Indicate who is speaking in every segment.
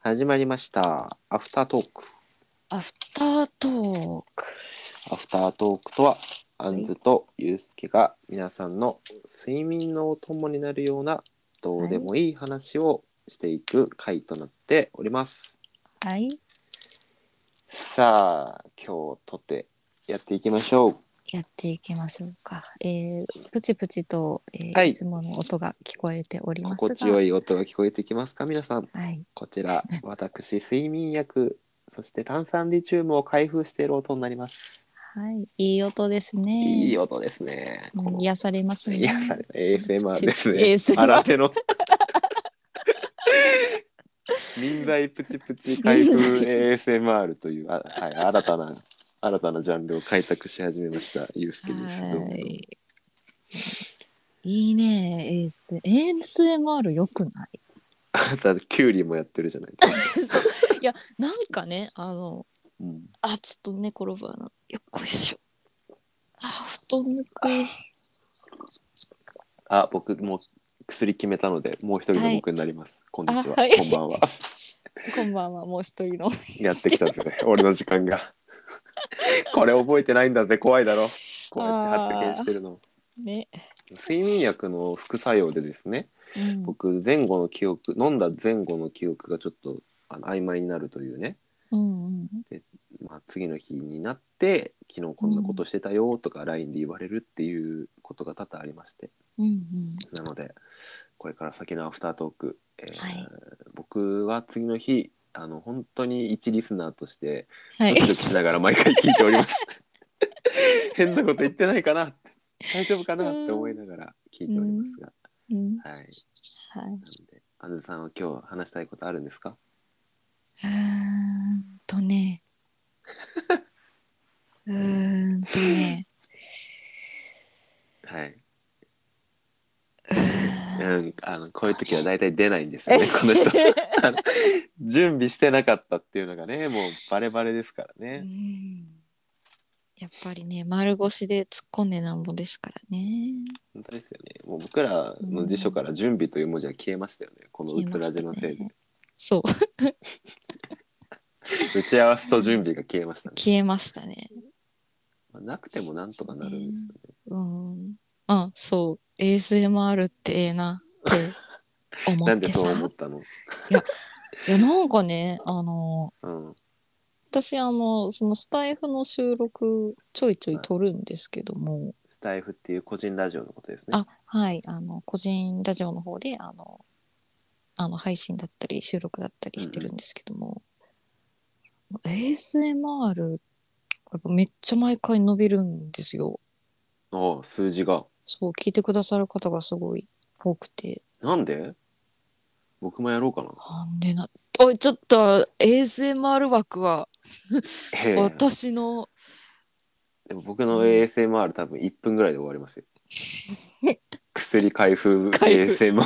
Speaker 1: 始まりました。アフタートーク。
Speaker 2: アフタートーク。
Speaker 1: アフタートークとは、アンズとユうスケが皆さんの睡眠のお供になるようなどうでもいい話をしていく回となっております。
Speaker 2: はい。
Speaker 1: さあ、今日とてやっていきましょう。
Speaker 2: やっていきましょうか。えー、プチプチと、えー
Speaker 1: はい
Speaker 2: い、つもの音が聞こえております
Speaker 1: 心
Speaker 2: が。
Speaker 1: 地よい音が聞こえてきますか皆さん。
Speaker 2: はい。
Speaker 1: こちら、私、睡眠薬、そして炭酸リチウムを開封している音になります。
Speaker 2: はい。いい音です ね。
Speaker 1: いい音ですね。
Speaker 2: う
Speaker 1: こ
Speaker 2: ん
Speaker 1: の
Speaker 2: 癒されますね。
Speaker 1: いや、され ASMR ですね。
Speaker 2: ASMR
Speaker 1: 新手の。民在プチプチ開封 ASMR というあ、はい、新たな新たなジャンルを開拓し始めましたゆうすけです。どうも
Speaker 2: は。い。いいね。AS ASMR よくない。
Speaker 1: あなたキュウリもやってるじゃないですか。
Speaker 2: いや、なんかね、あの、
Speaker 1: うん、
Speaker 2: あ、ちょっと寝転ぶわな。よっこいしょ。あ、布団ぬくい。
Speaker 1: あ僕もう薬決めたのでもう一人の僕になります。こんにちは、
Speaker 2: あはい
Speaker 1: こんばんは。
Speaker 2: こんばんは、もう一人の。
Speaker 1: やってきたぜ俺の時間が。これ覚えてないんだぜ怖いだろ。こうやって発言してるの。
Speaker 2: ね。
Speaker 1: 睡眠薬の副作用でですね
Speaker 2: うん
Speaker 1: 僕前後の記憶飲んだ前後の記憶がちょっとあの曖昧になるというね、
Speaker 2: うんうん
Speaker 1: まあ、次の日になって昨日こんなことしてたよとか LINE で言われるっていうことが多々ありまして
Speaker 2: うんうん
Speaker 1: なのでこれから先のアフタートーク、えー
Speaker 2: はい
Speaker 1: 僕は次の日あの本当に一リスナーとして
Speaker 2: は
Speaker 1: ド
Speaker 2: い
Speaker 1: キドキしながら毎回聞いております 変なこと言ってないかなって大丈夫かなって思いながら聞いておりますが、
Speaker 2: うん
Speaker 1: はい。
Speaker 2: はい
Speaker 1: なんで、アンズさんは今日話したいことあるんですか。
Speaker 2: うーんとねうーんとね
Speaker 1: はい。
Speaker 2: うーん
Speaker 1: うん、あの、こういう時は大体出ないんですよね、この 人。あの準備してなかったっていうのがね、もうバレバレですから
Speaker 2: う
Speaker 1: ね。
Speaker 2: んやっぱりね丸腰で突っ込んでなんぼですからね
Speaker 1: 本当ですよね。もう僕らの辞書から準備という文字は消えましたよね。このうつらじのせいで、
Speaker 2: 消そう
Speaker 1: 打ち合わせと準備が消えましたね。
Speaker 2: 消えましたね
Speaker 1: まあなくてもなんとかなるんですよね。
Speaker 2: うんあそう ASMR ってええなって思
Speaker 1: な
Speaker 2: っ
Speaker 1: んで
Speaker 2: て
Speaker 1: そう
Speaker 2: さ
Speaker 1: 思ったの。
Speaker 2: いやなんかねあの
Speaker 1: うん。
Speaker 2: 私あのそのスタイフの収録ちょいちょい撮るんですけども、
Speaker 1: スタイフっていう個人ラジオのことですね。
Speaker 2: あはいあの個人ラジオの方であのあの配信だったり収録だったりしてるんですけども、ASMR がやっぱめっちゃ毎回伸びるんですよ
Speaker 1: おう数字が。
Speaker 2: そう聞いてくださる方がすごい多くて
Speaker 1: なんで。僕もやろうかな。
Speaker 2: なんでなおいちょっと ASMR 枠は
Speaker 1: へえ
Speaker 2: 私の
Speaker 1: でも僕の ASMR 多分1分ぐらいで終わりますよ。 薬開封
Speaker 2: 開
Speaker 1: ASMR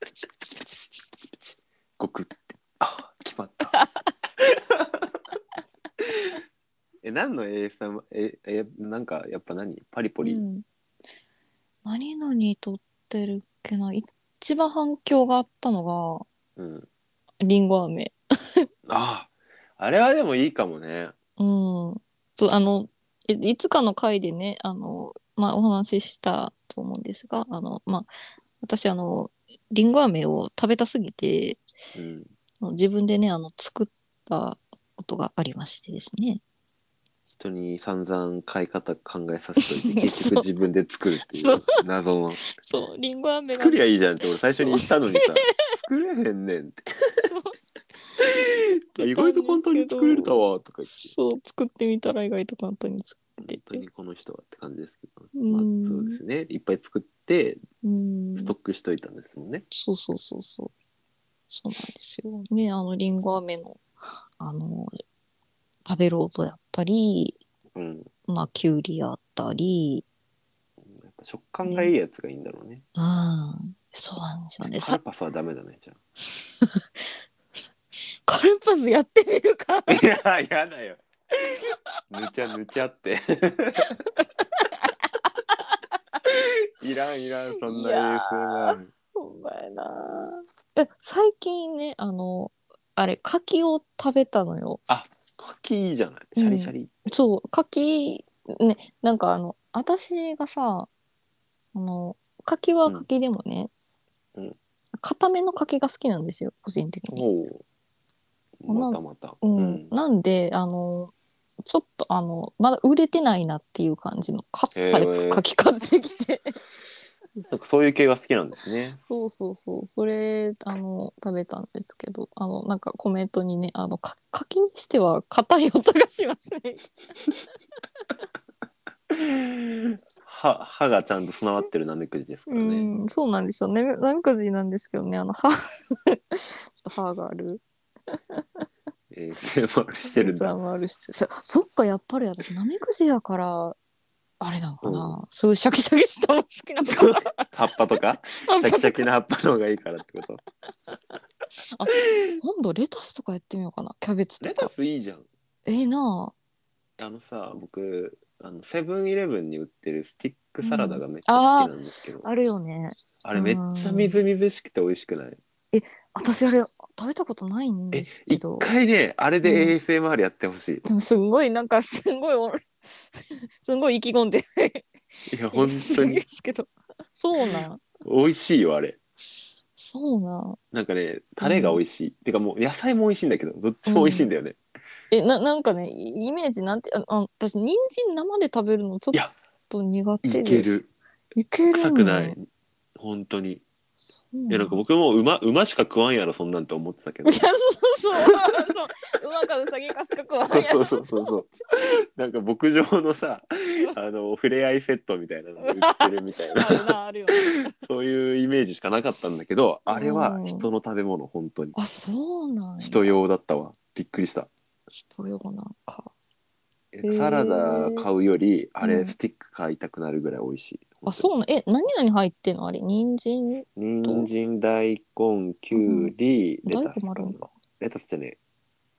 Speaker 2: プチプチプチプチプチプチ
Speaker 1: ごくって。あ決まった。 え何の ASMR ええなんかやっぱ何パリポリ、
Speaker 2: うん、何々撮ってるっけな一番反響があったの
Speaker 1: うん
Speaker 2: がりんご飴
Speaker 1: ああれはでもいいかもね。
Speaker 2: うんそうあのいいつかの回でねあの、まあ、お話ししたと思うんですがあの、まあ、私あのりんご飴を食べたすぎて
Speaker 1: うん、
Speaker 2: あの自分でねあの作ったことがありましてですね
Speaker 1: 人に散々買い方考えさせといて結局
Speaker 2: そう
Speaker 1: 自分で作るってい
Speaker 2: そうう
Speaker 1: 謎の
Speaker 2: そうりんご飴が
Speaker 1: 作りゃいいじゃんって俺最初に言った のにさ作れへんねんって
Speaker 2: そ う
Speaker 1: 意外と簡単に作れるだわとか言って
Speaker 2: そう作ってみたら意外と簡単に作って
Speaker 1: 本当
Speaker 2: て
Speaker 1: にこの人はって感じですけど、
Speaker 2: うん
Speaker 1: まあそうですねいっぱい作って
Speaker 2: うん
Speaker 1: ストックしといたんですもんね、
Speaker 2: そうそうそうそう。そうなんですよ。ね、あの、りんご飴の、あの、食べる音やったり、
Speaker 1: うん
Speaker 2: まあ、きゅうりやったり、
Speaker 1: やっぱ食感がいいやつがいいんだろうね
Speaker 2: うん。そうなんですよね。
Speaker 1: カル
Speaker 2: さ、
Speaker 1: パスはダメだねじ ゃ
Speaker 2: カルパスやってみるか。
Speaker 1: あいややだよぬちゃぬちゃって いらんいらんそん
Speaker 2: いや
Speaker 1: な ASMR
Speaker 2: ほんまやなえ、最近ね、あの、あれ柿を食べたのよ
Speaker 1: 柿いいじゃないシャリシャリ、
Speaker 2: そう柿ねなんかあの私がさあの柿は柿でもね、
Speaker 1: うんうん
Speaker 2: 固めの柿が好きなんですよ個人的に、
Speaker 1: ほうまたまた
Speaker 2: うん
Speaker 1: うん
Speaker 2: なんであのちょっとあのまだ売れてないなっていう感じのカッパ
Speaker 1: へ
Speaker 2: で
Speaker 1: え
Speaker 2: 柿買ってきて
Speaker 1: なんかそういう系が好きなんですね
Speaker 2: そうそうそうそれあの食べたんですけどあのなんかコメントにねあのか柿にしては硬い音がしますね
Speaker 1: 歯歯がちゃんと備わってるナメクジですからね、
Speaker 2: うん、そうなんですよね。なみくじなんですけどね、あの、歯、ちょ っと歯がある。
Speaker 1: えー、 セマルしてるんだ
Speaker 2: そうあるしてそそっか、やっぱり私、なめくじやから、あれなのかな。そういうシャキシャキしたの好きなのか な。
Speaker 1: 葉っぱと かシャキシャキな葉っぱの方がいいからってこと
Speaker 2: 今度レタスとかやってみようかな。キャベツと
Speaker 1: レタ
Speaker 2: か。
Speaker 1: スいいじゃん
Speaker 2: ええな
Speaker 1: あのさ僕あのセブンイレブンに売ってるスティックサラダがめっち
Speaker 2: うん
Speaker 1: ゃ
Speaker 2: あー
Speaker 1: 好きなんですけど、
Speaker 2: あ。あるよね。
Speaker 1: あれめっちゃみずみずしくて美味しくない
Speaker 2: 私、あれ、食べたことないん
Speaker 1: え
Speaker 2: ですけ
Speaker 1: 一
Speaker 2: ど。
Speaker 1: 回ねあれ
Speaker 2: うん
Speaker 1: で ASMR やってほしい、
Speaker 2: でも、すんごい、なんか、すんごいお、 すんごい意気込んで。
Speaker 1: いや 本当に
Speaker 2: ですけど。そうなん。
Speaker 1: 美味しいよあれ
Speaker 2: そうなん。
Speaker 1: なんかねタレが美味しい、てかもう野菜も美味しいんだけどどっちも美味しいんだよね、
Speaker 2: えななんかねイイメージなんてああ私人参生で食べるのちょ
Speaker 1: い
Speaker 2: っ
Speaker 1: や
Speaker 2: と苦手です
Speaker 1: いける
Speaker 2: いける
Speaker 1: 臭くない本当に
Speaker 2: そう
Speaker 1: いやなんか
Speaker 2: い
Speaker 1: 僕も馬馬しか食わんやろそんなんと思ってたけど
Speaker 2: やそうそうそう馬かうさぎかしか食わ
Speaker 1: そ
Speaker 2: な
Speaker 1: う
Speaker 2: い
Speaker 1: そうそうそう そうなんか牧場のさあの触れ合いセットみたいなの売ってるみた いな
Speaker 2: あるなあるよね
Speaker 1: そういうイメージしかなかったんだけどあれは人の食べ物本当に
Speaker 2: あそうなんや
Speaker 1: 人用だったわびっくりした
Speaker 2: 人よなんか
Speaker 1: え
Speaker 2: ー
Speaker 1: サラダ買うよりあ
Speaker 2: う
Speaker 1: れ
Speaker 2: ん
Speaker 1: スティック買いたくなるぐらい美味しい
Speaker 2: あそうなんえ何々入ってんのあれ人参
Speaker 1: 人参大根きゅうり、レ
Speaker 2: 大
Speaker 1: タス
Speaker 2: 根もあるんか
Speaker 1: レタスじゃねえ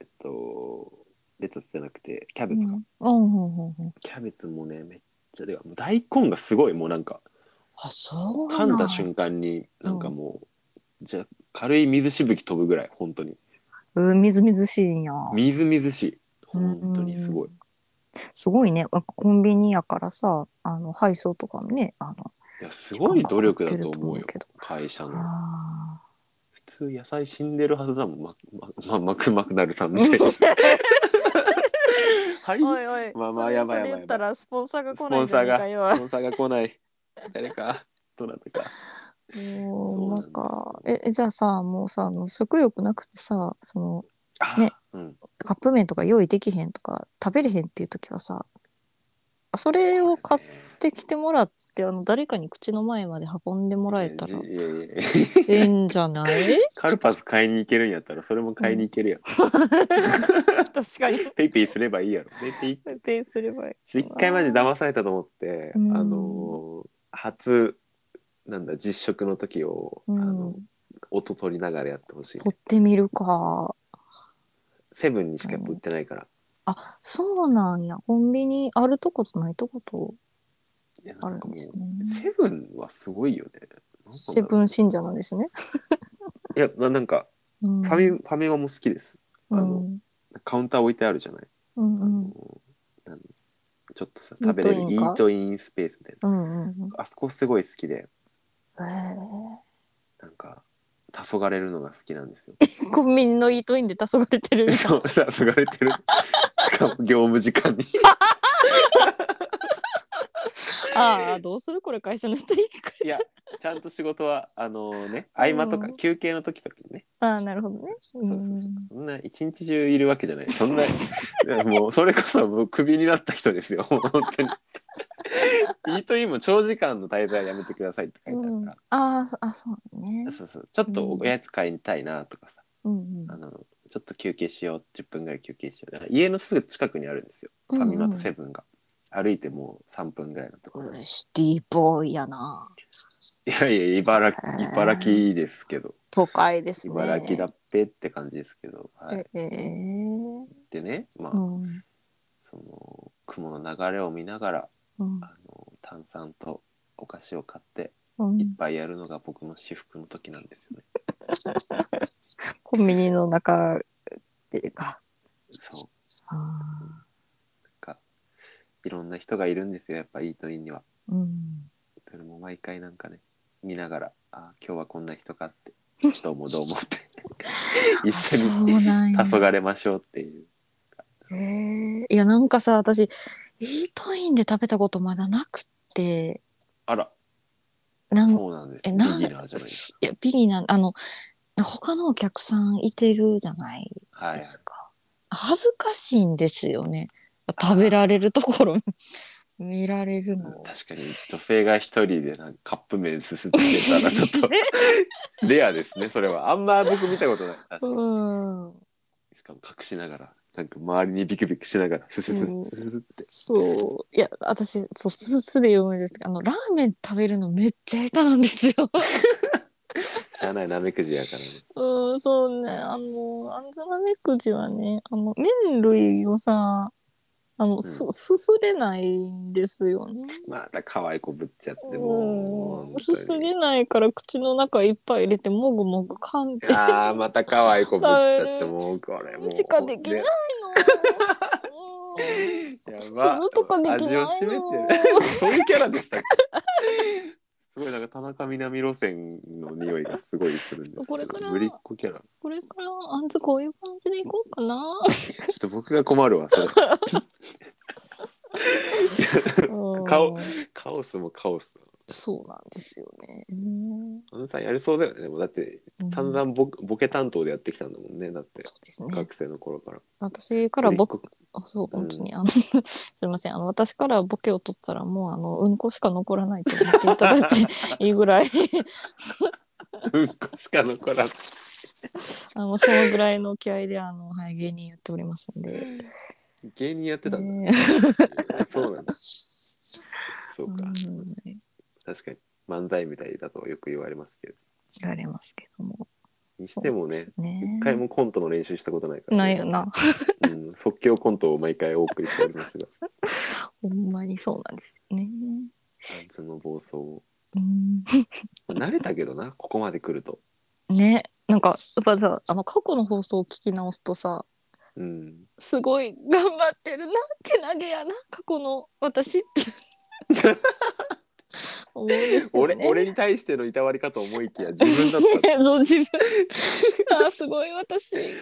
Speaker 1: えっとレタスじゃなくてキャ
Speaker 2: う
Speaker 1: ベツか、
Speaker 2: んうんうんうんうん
Speaker 1: キャベツもねめっちゃでかもう大根がすごいもうなんか
Speaker 2: あそうな
Speaker 1: 噛
Speaker 2: ん
Speaker 1: んだ瞬間になんかもう、じゃ軽い水しぶき飛ぶぐらい本当に
Speaker 2: うんみずみずしいんや
Speaker 1: みずみずしい本当にすごい、
Speaker 2: すごいねなんかコンビニやからさあの配送とかもねあの
Speaker 1: いやすごい努力だと思うよ
Speaker 2: 時間かかってると
Speaker 1: 会社の
Speaker 2: あ
Speaker 1: 普通野菜死んでるはずだもんまままマクマクナルさんみたいにはい
Speaker 2: ーおいおい、
Speaker 1: まあまあ
Speaker 2: それ
Speaker 1: やばいやばいやばい
Speaker 2: それ言ったらスポンサーが
Speaker 1: ス
Speaker 2: 来な
Speaker 1: ポ
Speaker 2: い
Speaker 1: ン
Speaker 2: じゃ
Speaker 1: サ
Speaker 2: な
Speaker 1: ー
Speaker 2: い
Speaker 1: が
Speaker 2: かよ
Speaker 1: ス。ポンサーが来ない誰かどなたか
Speaker 2: もう
Speaker 1: そうな
Speaker 2: なん
Speaker 1: です
Speaker 2: んかええじゃあさもうさあの食欲なくてさその
Speaker 1: あ
Speaker 2: ね
Speaker 1: うん、
Speaker 2: カップ麺とか用意できへんとか食べれへんっていう時はさあそれを買ってきてもらってあの誰かに口の前まで運んでもらえたら
Speaker 1: いやいやいや
Speaker 2: ええんじゃ ない
Speaker 1: カルパス買いに行けるんやったらそれも買いに行けるやん、
Speaker 2: 確かに
Speaker 1: ペイペイすればいいやろペイペイ
Speaker 2: ペイすればいい
Speaker 1: 一回マジ騙されたと思って、
Speaker 2: うん
Speaker 1: あのー初なんだ実食の時を、
Speaker 2: うん
Speaker 1: あの音取りながらやってほしい
Speaker 2: 取ってみるか
Speaker 1: セブンにしかやっぱ売ってないから、
Speaker 2: あそうなんやコンビニあるとことないとこと
Speaker 1: いや
Speaker 2: あ
Speaker 1: な
Speaker 2: る
Speaker 1: ん
Speaker 2: ん
Speaker 1: かも
Speaker 2: で
Speaker 1: う
Speaker 2: すね
Speaker 1: セブンはすごいよねなんかなんだろう
Speaker 2: セブン信者なんですね。
Speaker 1: いやななんか
Speaker 2: フ
Speaker 1: ファミ、ファミマも好きですあの
Speaker 2: うん
Speaker 1: カウンター置いてあるじゃない、
Speaker 2: うん
Speaker 1: あ
Speaker 2: うん
Speaker 1: のなんちょっとさ食べれる
Speaker 2: イートイ
Speaker 1: イ
Speaker 2: ンか
Speaker 1: ートインスペースみたい
Speaker 2: うんうん
Speaker 1: なあそこすごい好きで
Speaker 2: うん。へ
Speaker 1: なんか黄昏れるのが好きなんですよ
Speaker 2: えコンビニのイートインで黄昏れてるみたい
Speaker 1: そう、黄昏れてる。しかも業務時間に。
Speaker 2: な。ああ、どうするこれ会社の人に聞か
Speaker 1: い
Speaker 2: れ
Speaker 1: や
Speaker 2: た。、
Speaker 1: ちゃんと仕事は、あのね、合間とか
Speaker 2: うん
Speaker 1: 休憩の時とかにね。
Speaker 2: ああ、なるほどね。う
Speaker 1: そうそうそうんそんな一日中いるわけじゃない。そんな、いやもうそれこそもうクビになった人ですよ。本当に。イートインも長時間の滞在はやめてくださいって書いてある
Speaker 2: うん
Speaker 1: か
Speaker 2: ああ、そあそうね
Speaker 1: ら。。そうそう。ちょっとおやつ買いたいなとかさ、
Speaker 2: うんうん
Speaker 1: あの、ちょっと休憩しよう、10分ぐらい休憩しよう。だから家のすぐ近くにあるんですよ。ファミマとセブンが。歩いてもう3分ぐらいのとこ ろ
Speaker 2: うんうんシティボーイやな。
Speaker 1: いやいや茨
Speaker 2: へ
Speaker 1: 城
Speaker 2: ー
Speaker 1: 茨城ですけど
Speaker 2: 都会ですね。
Speaker 1: 茨城だっぺって感じですけど、はい、
Speaker 2: ええ
Speaker 1: でねまあ、
Speaker 2: うん
Speaker 1: その雲の流れを見ながら
Speaker 2: うん
Speaker 1: あの炭酸とお菓子を買って
Speaker 2: う
Speaker 1: いっ
Speaker 2: ん。
Speaker 1: ぱいやるのが僕の至福の時なんですよね。
Speaker 2: コンビニの中でか。
Speaker 1: そう
Speaker 2: あ
Speaker 1: なんかいろんな人がいるんですよやっぱイートインには
Speaker 2: ーうん。
Speaker 1: それも毎回なんかね見ながら「あー今日はこんな人か」って「どうもどうも」って一緒に
Speaker 2: そうなんや
Speaker 1: 黄昏れましょうっていう
Speaker 2: へえいやなんかさ私イートインで食べたことまだなくて
Speaker 1: あら
Speaker 2: なん
Speaker 1: そうなんです
Speaker 2: え
Speaker 1: ビ
Speaker 2: な
Speaker 1: ギナーじゃないです
Speaker 2: しいやビギナーあの他のお客さんいてるじゃない
Speaker 1: かはい
Speaker 2: で、すか、恥ずかしいんですよね食べられるところ見られるの
Speaker 1: 確かに女性が一人でなんかカップ麺すすってたらちょっとレアですねそれはあんま僕見たことない確かに
Speaker 2: うん
Speaker 1: しかも隠しながらなんか周りにビクビクしながらすすす
Speaker 2: うん
Speaker 1: すすって
Speaker 2: そういや私そうすすで読むんですけどあのラーメン食べるのめっちゃ下手なんで すよ
Speaker 1: 知らないなめくじやからね
Speaker 2: うんそうねあのあんずなめくじはねあの麺類をさあの、すすすれないんですよね
Speaker 1: また可愛い子ぶっちゃっても
Speaker 2: う
Speaker 1: うん
Speaker 2: すす
Speaker 1: 本当に
Speaker 2: れないから口の中いっぱい入れてもぐもぐ噛 んで
Speaker 1: あーまた可愛い子ぶっちゃってもうこれもう
Speaker 2: しかできないの
Speaker 1: ね。やば
Speaker 2: すぐとかできないの
Speaker 1: 味を占めてる そういうキャラでしたっけ すごいなんか田中みな実路線の匂いがすごいするんですけど
Speaker 2: これから
Speaker 1: ぶりっ子キャラちょ
Speaker 2: これからあんずこういう感じでいこうかな。
Speaker 1: っと僕が困るわそれ 顔カオスもカオス
Speaker 2: そうなんですよね。
Speaker 1: あのさんやりそうだよねでもだって散々ボボケ担当でやってきたんだもんねだって
Speaker 2: そうですね。
Speaker 1: 学生の頃から
Speaker 2: 私から
Speaker 1: ぶりっ
Speaker 2: ボ
Speaker 1: 子
Speaker 2: あそ
Speaker 1: う
Speaker 2: う、
Speaker 1: ん
Speaker 2: 本当に。あの、 すいません。あの、私からボケを取ったら、もう、あの、うんこしか残らないと言っていた だいていいぐらい、
Speaker 1: うんこしか残らん
Speaker 2: あの、そのぐらいの気合で、あの、はい、芸人やっておりますんで。
Speaker 1: 芸人やってたんだ、
Speaker 2: ね
Speaker 1: そうなんだそうか、
Speaker 2: うん
Speaker 1: 確かに漫才みたいだとよく言われますけど
Speaker 2: 言われますけども。
Speaker 1: にしてもね一回もコントの練習したことないから
Speaker 2: な
Speaker 1: ね、
Speaker 2: いよな。
Speaker 1: うん、即興コントを毎回お送りしておりますが
Speaker 2: ほんまにそうなんですよね。
Speaker 1: パンツの暴走を
Speaker 2: うん
Speaker 1: 慣れたけどなここまで来ると
Speaker 2: ね。なんか、やっぱさ、あの、過去の放送を聞き直すとさ、
Speaker 1: うん
Speaker 2: すごい頑張ってるな、手投げやな、過去の私 って。思うんですよ
Speaker 1: 俺
Speaker 2: ね
Speaker 1: 俺に対してのいたわりかと思いきや自分だった
Speaker 2: そう自分あーすごい私伝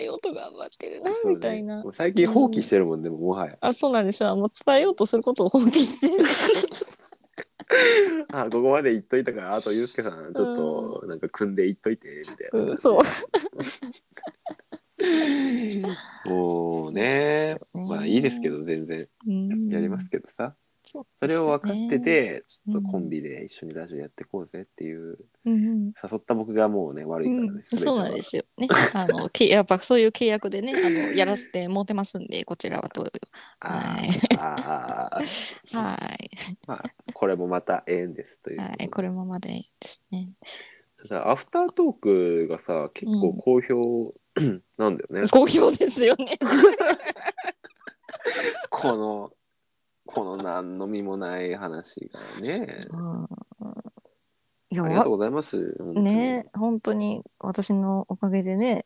Speaker 2: えようと頑張ってるな、
Speaker 1: そうね
Speaker 2: みたいな
Speaker 1: もう最近放棄してるもんね、もうもはや
Speaker 2: あそうなんですよもう伝えようとすることを放棄してる
Speaker 1: あここまで言っといたからあとユうスケさんちょっとなんか組んで言っといてみたいな、
Speaker 2: うんそう
Speaker 1: もうねまあいいですけど全然
Speaker 2: うん
Speaker 1: やりますけどさ、
Speaker 2: そう
Speaker 1: それを分かっててちょっと
Speaker 2: うん
Speaker 1: コンビで一緒にラジオやってこうぜっていう
Speaker 2: うん
Speaker 1: 誘った僕がもうね悪いからね、
Speaker 2: うん、
Speaker 1: 全て
Speaker 2: そう
Speaker 1: は
Speaker 2: なんですよね。あの、けやっぱそういう契約でね、あの、やらせてもうてますんで、こちらはと。
Speaker 1: あーあ ー
Speaker 2: はい。
Speaker 1: まあこれもまた縁ですということ
Speaker 2: は
Speaker 1: で
Speaker 2: い、これもまでです ね。
Speaker 1: さアフタートークがさ結構好評なんだよね、
Speaker 2: 好評ですよね。
Speaker 1: このこの何の身もない話がね
Speaker 2: うん。いや
Speaker 1: ありがとうございます本当に
Speaker 2: ね、本当に私のおかげでね。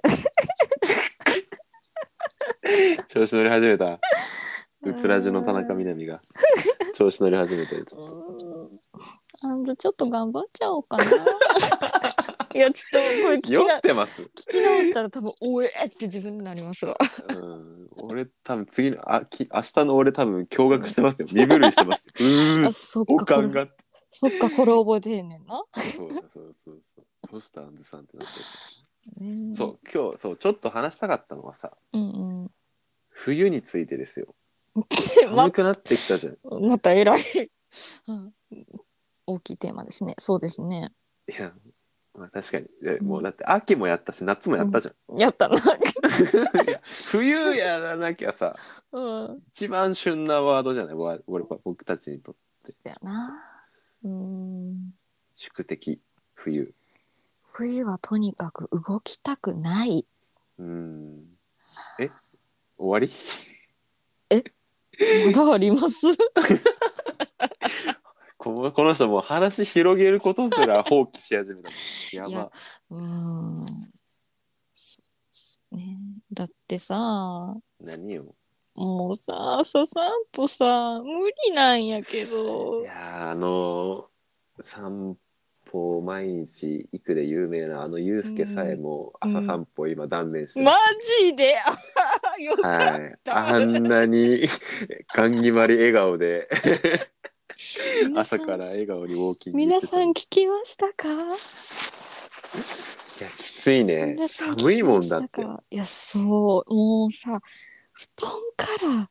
Speaker 1: 調子乗り始めたうつらじの田中みな実 が調子乗り始めてるちょっと
Speaker 2: うんあんずちょっと頑張っちゃおうか な。いや、ちょっと、これ聞き
Speaker 1: 酔
Speaker 2: な
Speaker 1: ってます
Speaker 2: 聞き直したら、多分、おえって自分になりますわ。
Speaker 1: うん俺多分次のあき明日の俺多分驚愕してますよ身震いして ますようー
Speaker 2: あ、
Speaker 1: ん
Speaker 2: そっ
Speaker 1: お
Speaker 2: か、こ
Speaker 1: かん
Speaker 2: れ、
Speaker 1: が
Speaker 2: そっか、これ覚えてへんねんな。
Speaker 1: そうだそうそうそうどうしたアンズさんってなって
Speaker 2: ね
Speaker 1: そう今日そうちょっと話したかったのはさ
Speaker 2: うんうん。
Speaker 1: 冬についてですよ寒
Speaker 2: ま
Speaker 1: くなってきたじゃんい
Speaker 2: また偉い、うん大きいテーマですね。そうですね。
Speaker 1: やまあ確かにえもうだって秋もやったし夏もやったじゃん、
Speaker 2: やったな。
Speaker 1: いや冬やらなきゃさ
Speaker 2: うん。
Speaker 1: 一番旬なワードじゃないわ俺僕たちにとって
Speaker 2: そうやな。うん。
Speaker 1: 宿敵冬
Speaker 2: 冬はとにかく動きたくない。
Speaker 1: うんえ終わり
Speaker 2: まだあります。
Speaker 1: このこの人もう話広げることすら放棄し始めたもん
Speaker 2: い
Speaker 1: やば
Speaker 2: や うーんそうですねだってさ
Speaker 1: 何よ
Speaker 2: もうさ朝散歩さ無理なんやけど
Speaker 1: いやーあのー散歩毎日行くで有名なあのユうスケさえも
Speaker 2: うん
Speaker 1: 朝散歩今断念して
Speaker 2: マ
Speaker 1: ます、
Speaker 2: ジであはは よかった、
Speaker 1: はい、あんなに ガンギマリ笑顔で
Speaker 2: 皆さ
Speaker 1: 朝
Speaker 2: ん
Speaker 1: から笑顔にウォーキング
Speaker 2: 皆
Speaker 1: してた
Speaker 2: さん聞きましたか、
Speaker 1: いやきついね
Speaker 2: 皆さん
Speaker 1: 寒いもんだっ
Speaker 2: 聞き
Speaker 1: て、
Speaker 2: ましたかいやそうもうさ布団から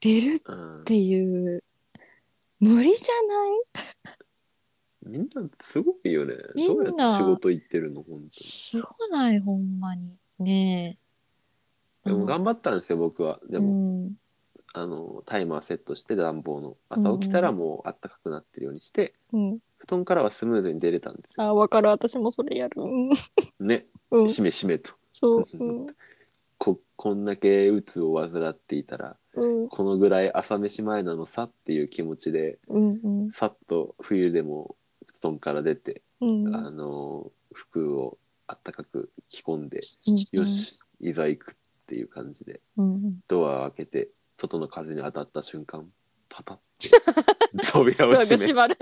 Speaker 2: 出るっ
Speaker 1: うん、
Speaker 2: ていう無理じゃない
Speaker 1: みんなすごいよね
Speaker 2: みん
Speaker 1: ど
Speaker 2: な
Speaker 1: うやって仕事行ってるの本
Speaker 2: すごないほんまにねえ
Speaker 1: 当にでも頑張ったんですよ僕はでも、
Speaker 2: うん
Speaker 1: あのタイマーセットして暖房の朝起きたらもうあったかくなってるようにして、
Speaker 2: うん、
Speaker 1: 布団からはスムーズに出れたんですよ
Speaker 2: あわかる私もそれやるうん
Speaker 1: ね
Speaker 2: うん
Speaker 1: しめしめと
Speaker 2: そううん
Speaker 1: ここんだけ鬱を患っていたら
Speaker 2: うん
Speaker 1: このぐらい朝飯前なのさっていう気持ちで
Speaker 2: うんうん
Speaker 1: さっと冬でも布団から出て、
Speaker 2: うん
Speaker 1: あの服をあったかく着込んで、
Speaker 2: うん
Speaker 1: よしいざ行くっていう感じで
Speaker 2: うん
Speaker 1: ドアを開けて外の風に当たった瞬間パタッ て扉を
Speaker 2: ドアが
Speaker 1: 閉め
Speaker 2: 閉まる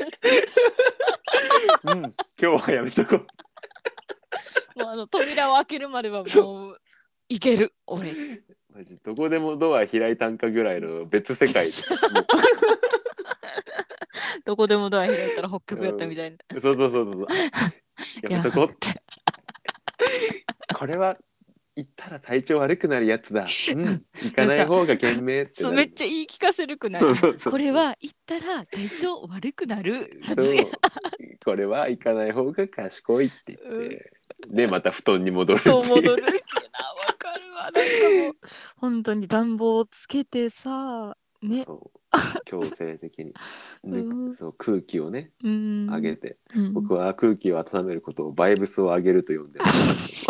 Speaker 1: うん、今日はやめとこう
Speaker 2: もうあの扉を開けるまではもういける俺
Speaker 1: マジどこでもドア開いたんかぐらいの別世 界も
Speaker 2: どこでもドア開いたら北極やったみたいな
Speaker 1: うそうそうそうそうやめとこう
Speaker 2: て
Speaker 1: これは行ったら体調悪くなるやつだ、うん、行かない方が賢明って
Speaker 2: そ
Speaker 1: な
Speaker 2: う
Speaker 1: る
Speaker 2: めっちゃ言い聞かせるくない
Speaker 1: そうそうそう
Speaker 2: これは行ったら体調悪くなるは
Speaker 1: そ
Speaker 2: ず
Speaker 1: う
Speaker 2: や
Speaker 1: これは行かない方が賢いって言って、でまた布団に戻るってい
Speaker 2: そうう戻るなわかるわなんかもう本当に暖房をつけてさね
Speaker 1: そう強制的に、で
Speaker 2: うん
Speaker 1: そう空気をね
Speaker 2: うん
Speaker 1: 上げて、
Speaker 2: うん
Speaker 1: 僕は空気を温めることをバイブスを上げると呼んでます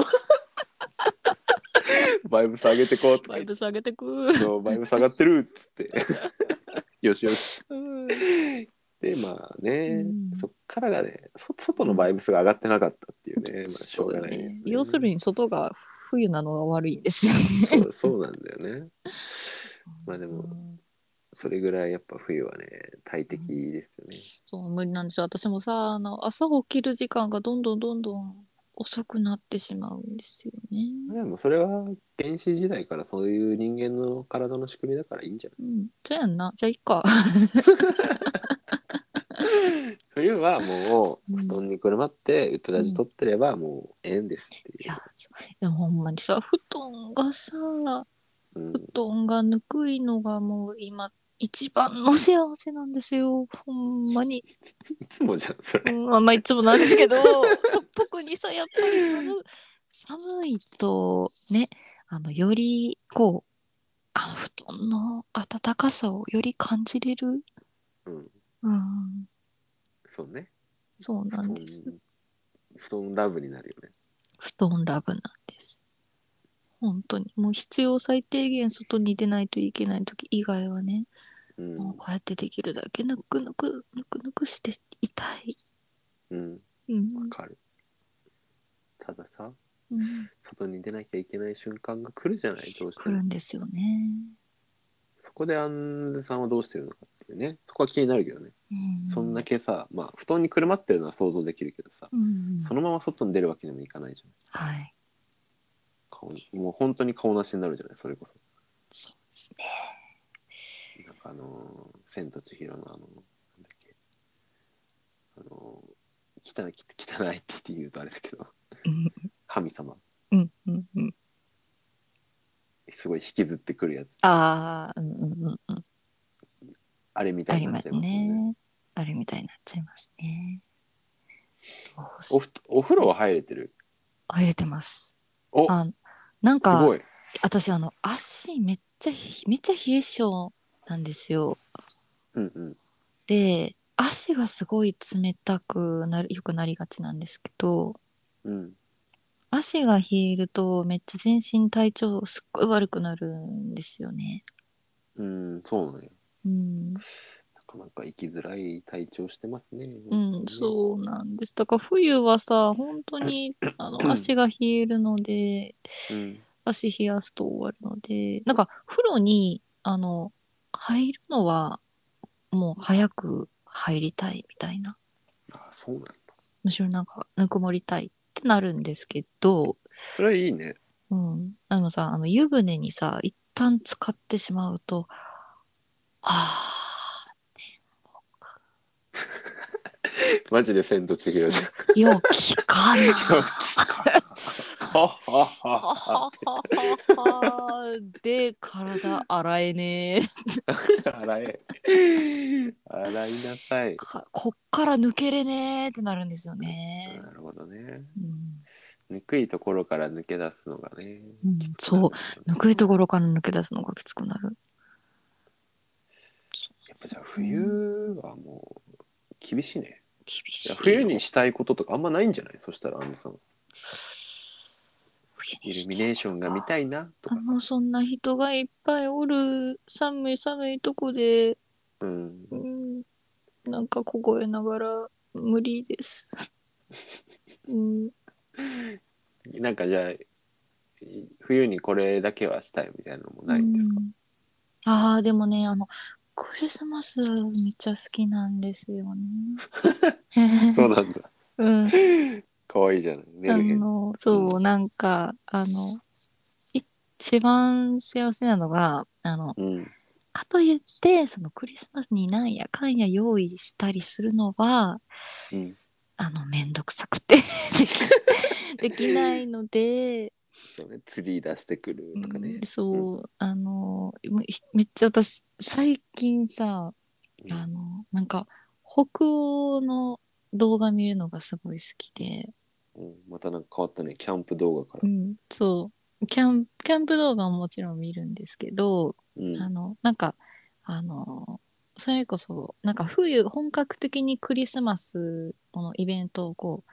Speaker 1: バイブス上げてこうとか
Speaker 2: バ
Speaker 1: 言っ
Speaker 2: イ
Speaker 1: て
Speaker 2: ブス上げてく
Speaker 1: そうバイブ下がってるっつって よしよし
Speaker 2: うん
Speaker 1: でまあね、
Speaker 2: うん
Speaker 1: そっからがねそ外のバイブスが上がってなかったっていうね、まあ、しょ
Speaker 2: そうう
Speaker 1: が
Speaker 2: よ
Speaker 1: ないです、
Speaker 2: ね
Speaker 1: ね、
Speaker 2: 要するに外が冬なのが悪いんです
Speaker 1: そうそうなんだよ ねまあでも
Speaker 2: うん
Speaker 1: それぐらいやっぱ冬はね大敵ですよね、
Speaker 2: そう無理なんですよ私もさあの朝起きる時間がどんどんどんどん遅くなってしまうんですよね。
Speaker 1: でもそれは原始時代からそういう人間の体の仕組みだからいいんじゃない
Speaker 2: うん、じゃあやんなじゃあいいか。
Speaker 1: 冬はも
Speaker 2: う
Speaker 1: うん布団にくるまってうつらじ取ってればもうええんですって
Speaker 2: い
Speaker 1: い
Speaker 2: やでもほんまにさ布団がさ
Speaker 1: う、うん、
Speaker 2: 布団がぬくいのがもう今一番の幸せなんですよほんまに、
Speaker 1: いつもじゃんそれ
Speaker 2: うん、あんまあいつもなんで すけどと特にさやっぱり寒寒いとねあのよりこうあ布団の暖かさをより感じれる
Speaker 1: うん
Speaker 2: うん
Speaker 1: そうね
Speaker 2: そう
Speaker 1: 布
Speaker 2: なん
Speaker 1: 団
Speaker 2: です
Speaker 1: 布団ラブになるよね
Speaker 2: 布団ラブなんです本当にもう必要最低限外に出ないといけない時以外はね
Speaker 1: う
Speaker 2: もうんこうやってできるだけぬくぬくぬくぬくしていたい。
Speaker 1: うん
Speaker 2: うん
Speaker 1: わかるたださ
Speaker 2: うん、
Speaker 1: 外に出なきゃいけない瞬間が来るじゃないどうして
Speaker 2: 来る
Speaker 1: も
Speaker 2: んですよね。
Speaker 1: そこでアンズさんはどうしてるのかっていうねそこは気になるけどね、
Speaker 2: うん、
Speaker 1: そんだけさまあ布団にくるまってるのは想像できるけどさ、
Speaker 2: うん、
Speaker 1: そのまま外に出るわけにもいかないじゃん
Speaker 2: はい。
Speaker 1: 顔もう本当に顔なしになるじゃないそれこそ
Speaker 2: そうですね。
Speaker 1: なんかあのー千と千尋のあのなんだっけあのー汚い汚いって言うとあれだけど
Speaker 2: うん
Speaker 1: 神様
Speaker 2: うんうんうん。
Speaker 1: すごい引きずってくるやつ
Speaker 2: ああ、うんうんうんうん。
Speaker 1: あれみた
Speaker 2: あ
Speaker 1: いに
Speaker 2: り
Speaker 1: な
Speaker 2: ま
Speaker 1: っち
Speaker 2: す
Speaker 1: ゃいますよね
Speaker 2: ね。あれみたいになっちゃいますね。どう
Speaker 1: お
Speaker 2: し
Speaker 1: ふお風呂は入れてる
Speaker 2: 入れてます。
Speaker 1: おす
Speaker 2: あなんか
Speaker 1: ごい
Speaker 2: 私あの足めっちゃひめっちゃ冷え性なんですよ。
Speaker 1: うんうん
Speaker 2: で足がすごい冷たくなるよくなりがちなんですけど
Speaker 1: うん
Speaker 2: 足が冷えるとめっちゃ全身体調すっごい悪くなるんですよね。
Speaker 1: うんそうなんや
Speaker 2: うん、
Speaker 1: なんかなか生きづらい体調してますね。
Speaker 2: うん、そうなんです。だから冬はさ、本当にあの足が冷えるので、
Speaker 1: うん。うん。
Speaker 2: 足冷やすと終わるので、なんか風呂に、あの、入るのは、もう早く入りたいみたいな。
Speaker 1: あ、そうなんだ。
Speaker 2: むしろなんか、ぬくもりたいってなるんですけど、
Speaker 1: それはいいね。
Speaker 2: うん。あのさ、あの湯船にさ、一旦使ってしまうと、あ
Speaker 1: マジで千と千尋じゃん。
Speaker 2: ー、陽気かな。
Speaker 1: はっはっは
Speaker 2: は
Speaker 1: っ
Speaker 2: は
Speaker 1: は
Speaker 2: ははは で体洗えねえ
Speaker 1: 洗え。洗いなさい。
Speaker 2: かこっから抜けれねえってなるんですよね。
Speaker 1: なるほどね。
Speaker 2: うん
Speaker 1: ぬくいところから抜け出すのがね。
Speaker 2: うん
Speaker 1: きつくなる
Speaker 2: そうぬくいところから抜け出すのがきつくなる。
Speaker 1: やっぱじゃあ冬はもう厳しいね。
Speaker 2: 厳
Speaker 1: い
Speaker 2: しい
Speaker 1: や。冬にしたいこととかあんまないんじゃないそしたらアンジュさん。
Speaker 2: 冬
Speaker 1: イ
Speaker 2: に
Speaker 1: ル
Speaker 2: し
Speaker 1: ミネーションが見たいなと
Speaker 2: あ
Speaker 1: か
Speaker 2: もうそんな人がいっぱいおる寒い寒いとこで、
Speaker 1: うん
Speaker 2: う。ん、なんか凍えながら無 理です。うん、
Speaker 1: なんかじゃあい冬にこれだけはしたいみたいなのもないんですか、
Speaker 2: うんああでもねあのクリスマスめっちゃ好きなんですよね。
Speaker 1: そうなんだ。
Speaker 2: うん、
Speaker 1: かわいいじゃない。寝
Speaker 2: あ
Speaker 1: るへん。
Speaker 2: のそうなんかあの一番幸せなのがあの
Speaker 1: うん。
Speaker 2: かといってそのクリスマスになんやかんや用意したりするのは
Speaker 1: うん。
Speaker 2: あのめんどくさくてできで きないので。
Speaker 1: そうね。ツリー出してくるとかね
Speaker 2: うん。そう、あのめめっちゃ私最近さ
Speaker 1: うん
Speaker 2: あのなんか北欧の動画見るのがすごい好きで、
Speaker 1: うん、またなんか変わったね。キャンプ動画か
Speaker 2: う
Speaker 1: ら。
Speaker 2: ん、そうキャンキャンプ動画ももちろん見るんですけど、
Speaker 1: うん。
Speaker 2: あのなんかあのそれこそなんか冬本格的にクリスマスのイベントをこ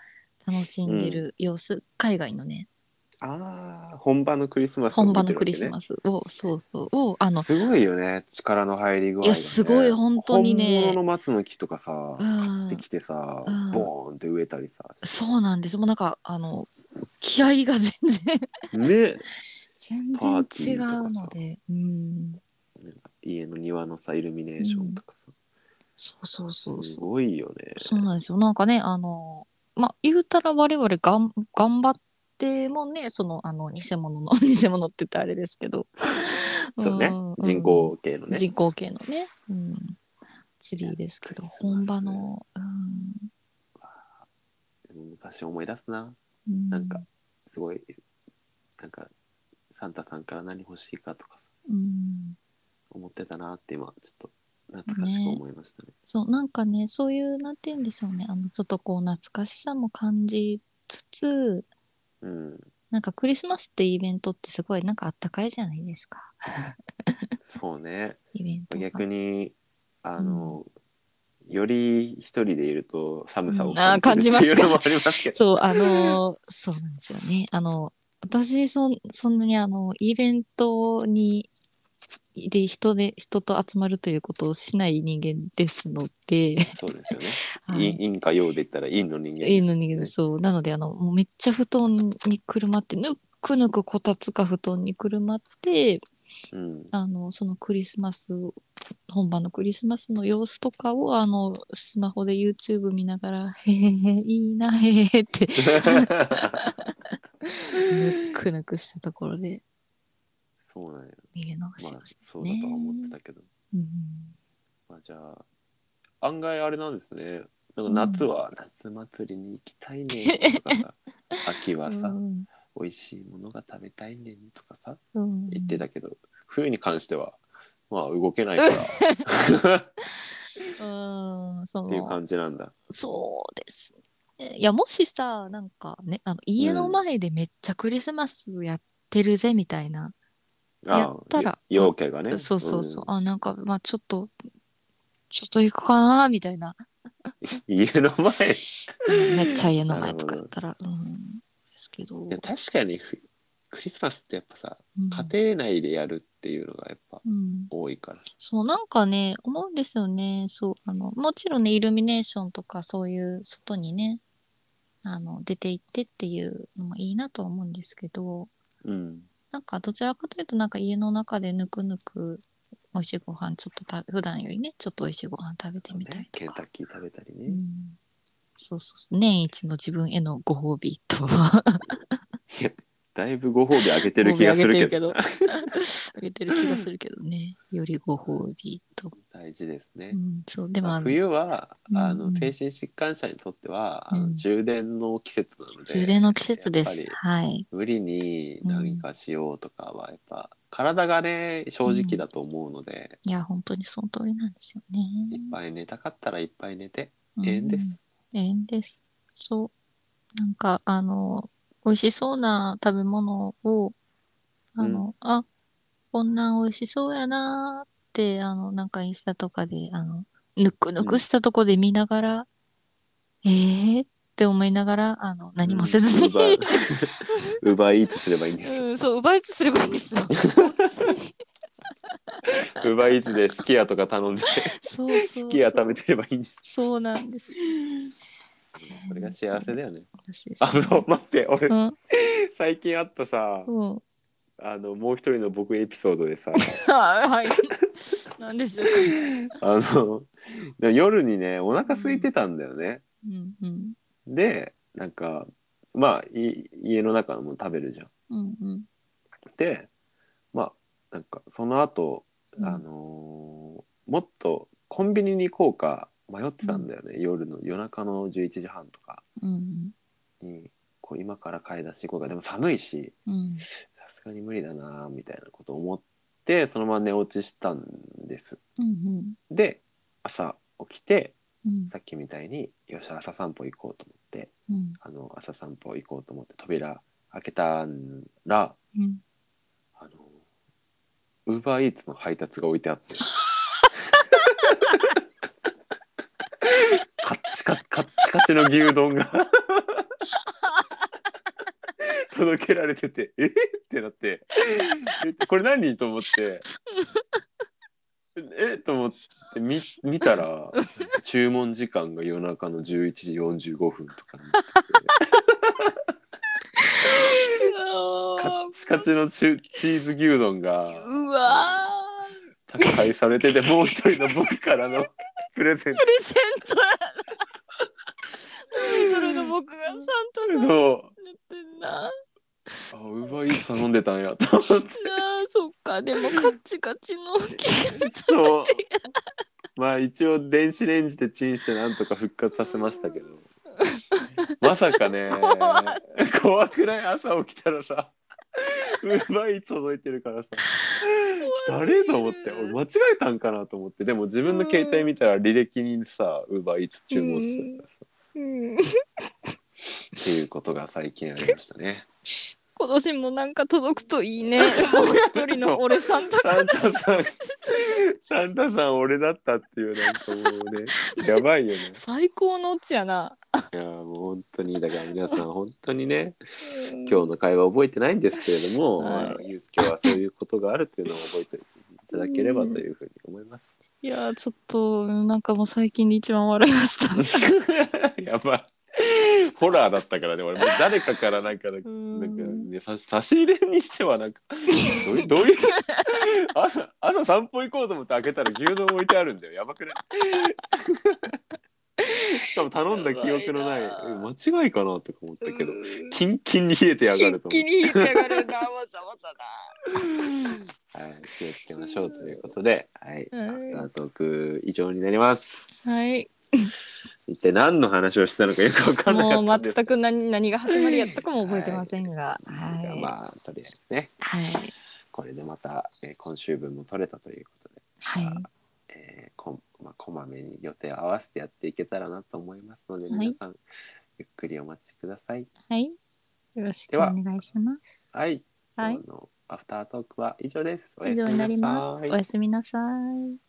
Speaker 2: う楽しんでる様子、海外のね
Speaker 1: ああ、本場のクリスマスを
Speaker 2: 本
Speaker 1: 見てる
Speaker 2: 場
Speaker 1: わけね、
Speaker 2: のクリスマスを、そうそうをあの
Speaker 1: すごいよね力の入り具合がね、
Speaker 2: いやすごい本当にね
Speaker 1: 本物の松の木とかさ
Speaker 2: うん
Speaker 1: 買ってきてさ、
Speaker 2: うん
Speaker 1: ボーンって植えたりさ
Speaker 2: そうなんです。もうなんか、あの、気合が全然、
Speaker 1: ね
Speaker 2: 全
Speaker 1: パー
Speaker 2: 然
Speaker 1: ティ
Speaker 2: 違
Speaker 1: ーとかさ
Speaker 2: うので、うん。
Speaker 1: なんか家の庭のさイルミネーションとかさ、
Speaker 2: そうそうそう
Speaker 1: す
Speaker 2: そう。
Speaker 1: ごいよね
Speaker 2: そうなんですよ。なんかね、あの、まあ、言うたら我々がん頑張ってもね、その、あの、偽物の、 偽物って言ったらあれですけど。
Speaker 1: そうね
Speaker 2: ん
Speaker 1: 人工系のね、
Speaker 2: 人工系のね、うん、ツリーですけど、本場の、
Speaker 1: 昔思い出すな
Speaker 2: うん。
Speaker 1: なんか、すごいなんかサンタさんから何欲しいかとかさ
Speaker 2: うん。
Speaker 1: 思ってたなって今ちょっと懐かしく思いましたね
Speaker 2: そうなんかねそういうなんて言うんでしょうねあのちょっとこう懐かしさも感じつつ
Speaker 1: うん
Speaker 2: なんかクリスマスってイベントってすごいなんかあったかいじゃないですか
Speaker 1: そうね
Speaker 2: イベントが
Speaker 1: 逆にあの、より一人でいると寒さを
Speaker 2: うんあー
Speaker 1: 感じるっていうのもあり
Speaker 2: 感じ
Speaker 1: ます けど、
Speaker 2: そうあのそうなんですよねあの私そんそんなにあのイベントにで人で人と集まるということをしない人間ですので、
Speaker 1: そうですよね。
Speaker 2: は
Speaker 1: 陰
Speaker 2: い、
Speaker 1: 陰か陽で言ったら陰の人間。
Speaker 2: いいのに、そう。なので、あの、もうめっちゃ布団にくるまって、ぬっくぬくこたつか布団にくるまって、
Speaker 1: うん。
Speaker 2: あの、そのクリスマスを、本番のクリスマスの様子とかを、あの、スマホで YouTube 見ながら、へへへ、いいな、へへ へって、ぬっくぬくしたところで
Speaker 1: そうなんや。
Speaker 2: 見るのが幸
Speaker 1: まあ
Speaker 2: せです
Speaker 1: そうだ
Speaker 2: ね
Speaker 1: と。は思ってたけど、
Speaker 2: うん
Speaker 1: まあじゃあ案外あれなんですね。なんか夏は夏祭りに行きたいね んとかさ、秋はさ、
Speaker 2: うん
Speaker 1: 美味しいものが食べたいねんとかさ
Speaker 2: うん
Speaker 1: 言ってたけど、冬に関してはまあ動けないから。
Speaker 2: うん、そ
Speaker 1: っていう
Speaker 2: の、
Speaker 1: 感じなんだ。
Speaker 2: そうですね。いや、もしさ、なんかね、あの家の前でめっちゃクリスマスやってるぜみたいな、
Speaker 1: ああ
Speaker 2: やったら
Speaker 1: よ陽気がね。
Speaker 2: そうそうそう、あ、なんか、まあちょっと、ちょっと行くかなみたい な、
Speaker 1: うん。家の前。
Speaker 2: うんめっちゃ家の前とかやったら、うん、ですけど、
Speaker 1: で確かにふクリスマスってやっぱさ
Speaker 2: うん
Speaker 1: 家庭内でやるっていうのがやっぱ
Speaker 2: うん、
Speaker 1: 多いから。
Speaker 2: そう、なんかね、思うんですよね。そう、あの、もちろんね、イルミネーションとかそういう外にね、あの、出て行ってっていうのもいいなとは思うんですけど、
Speaker 1: うん。
Speaker 2: なんかどちらかというと、なんか家の中でぬくぬく美味しいご飯、ちょっとた普段よりね、ちょっと美味しいご飯食べてみたり
Speaker 1: ケ
Speaker 2: と
Speaker 1: ンタ
Speaker 2: か。
Speaker 1: ッキー食べたり
Speaker 2: う
Speaker 1: ね。
Speaker 2: ん、そうそうそう年一の自分へのご褒美と。
Speaker 1: だいぶご褒美あげてる気がするけど。
Speaker 2: ご褒美 あげてるけど。あげてる気がするけどね。よりご褒美と。
Speaker 1: 大事ですね
Speaker 2: う。ん、そう、でも
Speaker 1: まあ
Speaker 2: あの、
Speaker 1: 冬は、
Speaker 2: うん
Speaker 1: あの精神疾患者にとっては、あ
Speaker 2: うん
Speaker 1: の充電の季節なので
Speaker 2: 充電の季節です。
Speaker 1: やっぱ
Speaker 2: はい。
Speaker 1: 無理に何かしようとかはやっぱ、体がね正直だと思うので、
Speaker 2: いや、本当にその通りなんですよね。
Speaker 1: いっぱい寝たかったらいっぱい寝て、
Speaker 2: うん
Speaker 1: ええんです。
Speaker 2: ええんです。そう。なんか、あの、美味しそうな食べ物を、あの、あ、こんなん美味しそうやなーって、あの、なんかインスタとかで、あの、ぬくぬくしたとこで見ながら、ええーって思いながら、あの、何もせずに、
Speaker 1: うん 奪いいとすればいいんですよ
Speaker 2: うん、そう、奪いつすればいいんで すよ。こっち
Speaker 1: 奪いいつでスキヤとか頼んで
Speaker 2: そうそうそ
Speaker 1: ス
Speaker 2: う。
Speaker 1: キヤ食べてればいいんです
Speaker 2: そうなんです。
Speaker 1: これが幸せだよね
Speaker 2: そうです
Speaker 1: あ
Speaker 2: ね
Speaker 1: の待って俺、
Speaker 2: うん
Speaker 1: 最近あったさ
Speaker 2: うん。あ
Speaker 1: あのもう一人の僕エピソードでさ
Speaker 2: はい。なんでしょうか。
Speaker 1: あの夜にねお腹空いてたんだよね、
Speaker 2: うんうん
Speaker 1: でなんかまあい家の中のもの食べるじゃん
Speaker 2: うんうん
Speaker 1: でまあなんかその後、
Speaker 2: うん
Speaker 1: あのーもっとコンビニに行こうか迷ってたんだよね、夜の夜中の11時半とか
Speaker 2: うん
Speaker 1: にこう今から買い出し行こうかでも寒いし
Speaker 2: うん
Speaker 1: さすがに無理だなみたいなこと思ってそのまま寝落ちしたんです
Speaker 2: うんうん
Speaker 1: で朝起きて
Speaker 2: うん
Speaker 1: さっきみたいによっしゃ朝散歩行こうと思って
Speaker 2: うん
Speaker 1: あの朝散歩行こうと思って扉開けたら
Speaker 2: うん
Speaker 1: あのウーバーイーツの配達が置いてあってカッチカカッチカチの牛丼が届けられててえってなってえこれ何と思ってえと思って見見たら注文時間が夜中の11時45分とかになってて。カッチカチのチュチーズ牛丼が
Speaker 2: うわー
Speaker 1: 宅配されててもう一人の僕から のプレゼン
Speaker 2: プレゼントやなアイドルの僕がサンタさん
Speaker 1: ト
Speaker 2: になっ
Speaker 1: と
Speaker 2: てんななあ
Speaker 1: あウーバーイーツ頼んでた んやと思って
Speaker 2: そっかでもカッチカチの着が
Speaker 1: そうまあ一応電子レンジでチンしてなんとか復活させましたけどまさか ね
Speaker 2: 怖
Speaker 1: 怖くない朝起きたらさウーバーイーツ届いてるからさ誰と思って俺間違えたんかなと思ってでも自分の携帯見たら履歴にさウーバーイーツ注文してたからさ
Speaker 2: うん
Speaker 1: っていうことが最近ありましたね。
Speaker 2: 今年もなんか届くといいねもう一人の俺サンタ
Speaker 1: サンタさん、サンタさん俺だったっていうなんかもうね、やばい よね。
Speaker 2: 最高のオチやない
Speaker 1: やもう本当にだから皆さん本当にね、今日の会話覚えてないんですけれども、
Speaker 2: はい
Speaker 1: まあゆうすけはそういうことがあるっていうのを覚えていただければというふうに思います。
Speaker 2: いやーちょっとなんかもう最近で一番笑いました。
Speaker 1: やばい。ホラーだったからね、俺もう誰かからなんかの
Speaker 2: うん
Speaker 1: なんかね、さ 差し入れにしてはなんかどういうどういう朝朝散歩行こうと思って開けたら牛丼置いてあるんだよやばくない しかも頼んだ記憶のない
Speaker 2: やばいな
Speaker 1: え間違いかなとか思ったけど
Speaker 2: うん
Speaker 1: キンキンに冷えてやがると
Speaker 2: 気
Speaker 1: 思
Speaker 2: に入ってやがる なわざわざ
Speaker 1: う、はい、気をつけましょうということで、はい、
Speaker 2: はい
Speaker 1: アフタートーク以上になります
Speaker 2: な。はい。
Speaker 1: 一体何の話をしてたのかよく分かんなか
Speaker 2: も
Speaker 1: った
Speaker 2: うん
Speaker 1: です
Speaker 2: 全く何何が始まりやったかも覚えてませんが。は
Speaker 1: じ
Speaker 2: い。
Speaker 1: ゃあ
Speaker 2: はい。
Speaker 1: まあとりあえずねこれでまた、えー今週分も取れたということで
Speaker 2: はい。
Speaker 1: えーこ,、まあ、こまめに予定を合わせてやっていけたらなと思いますので、
Speaker 2: はい
Speaker 1: 皆さんゆっくりお待ちください。
Speaker 2: はい。よろしく
Speaker 1: で
Speaker 2: お
Speaker 1: は
Speaker 2: 願いします。
Speaker 1: はい、
Speaker 2: はい
Speaker 1: 今日のアフタートークは以上です。お
Speaker 2: 以
Speaker 1: やす
Speaker 2: 上
Speaker 1: み
Speaker 2: に
Speaker 1: な
Speaker 2: な
Speaker 1: さ
Speaker 2: ります。お
Speaker 1: い。
Speaker 2: やすみなさい。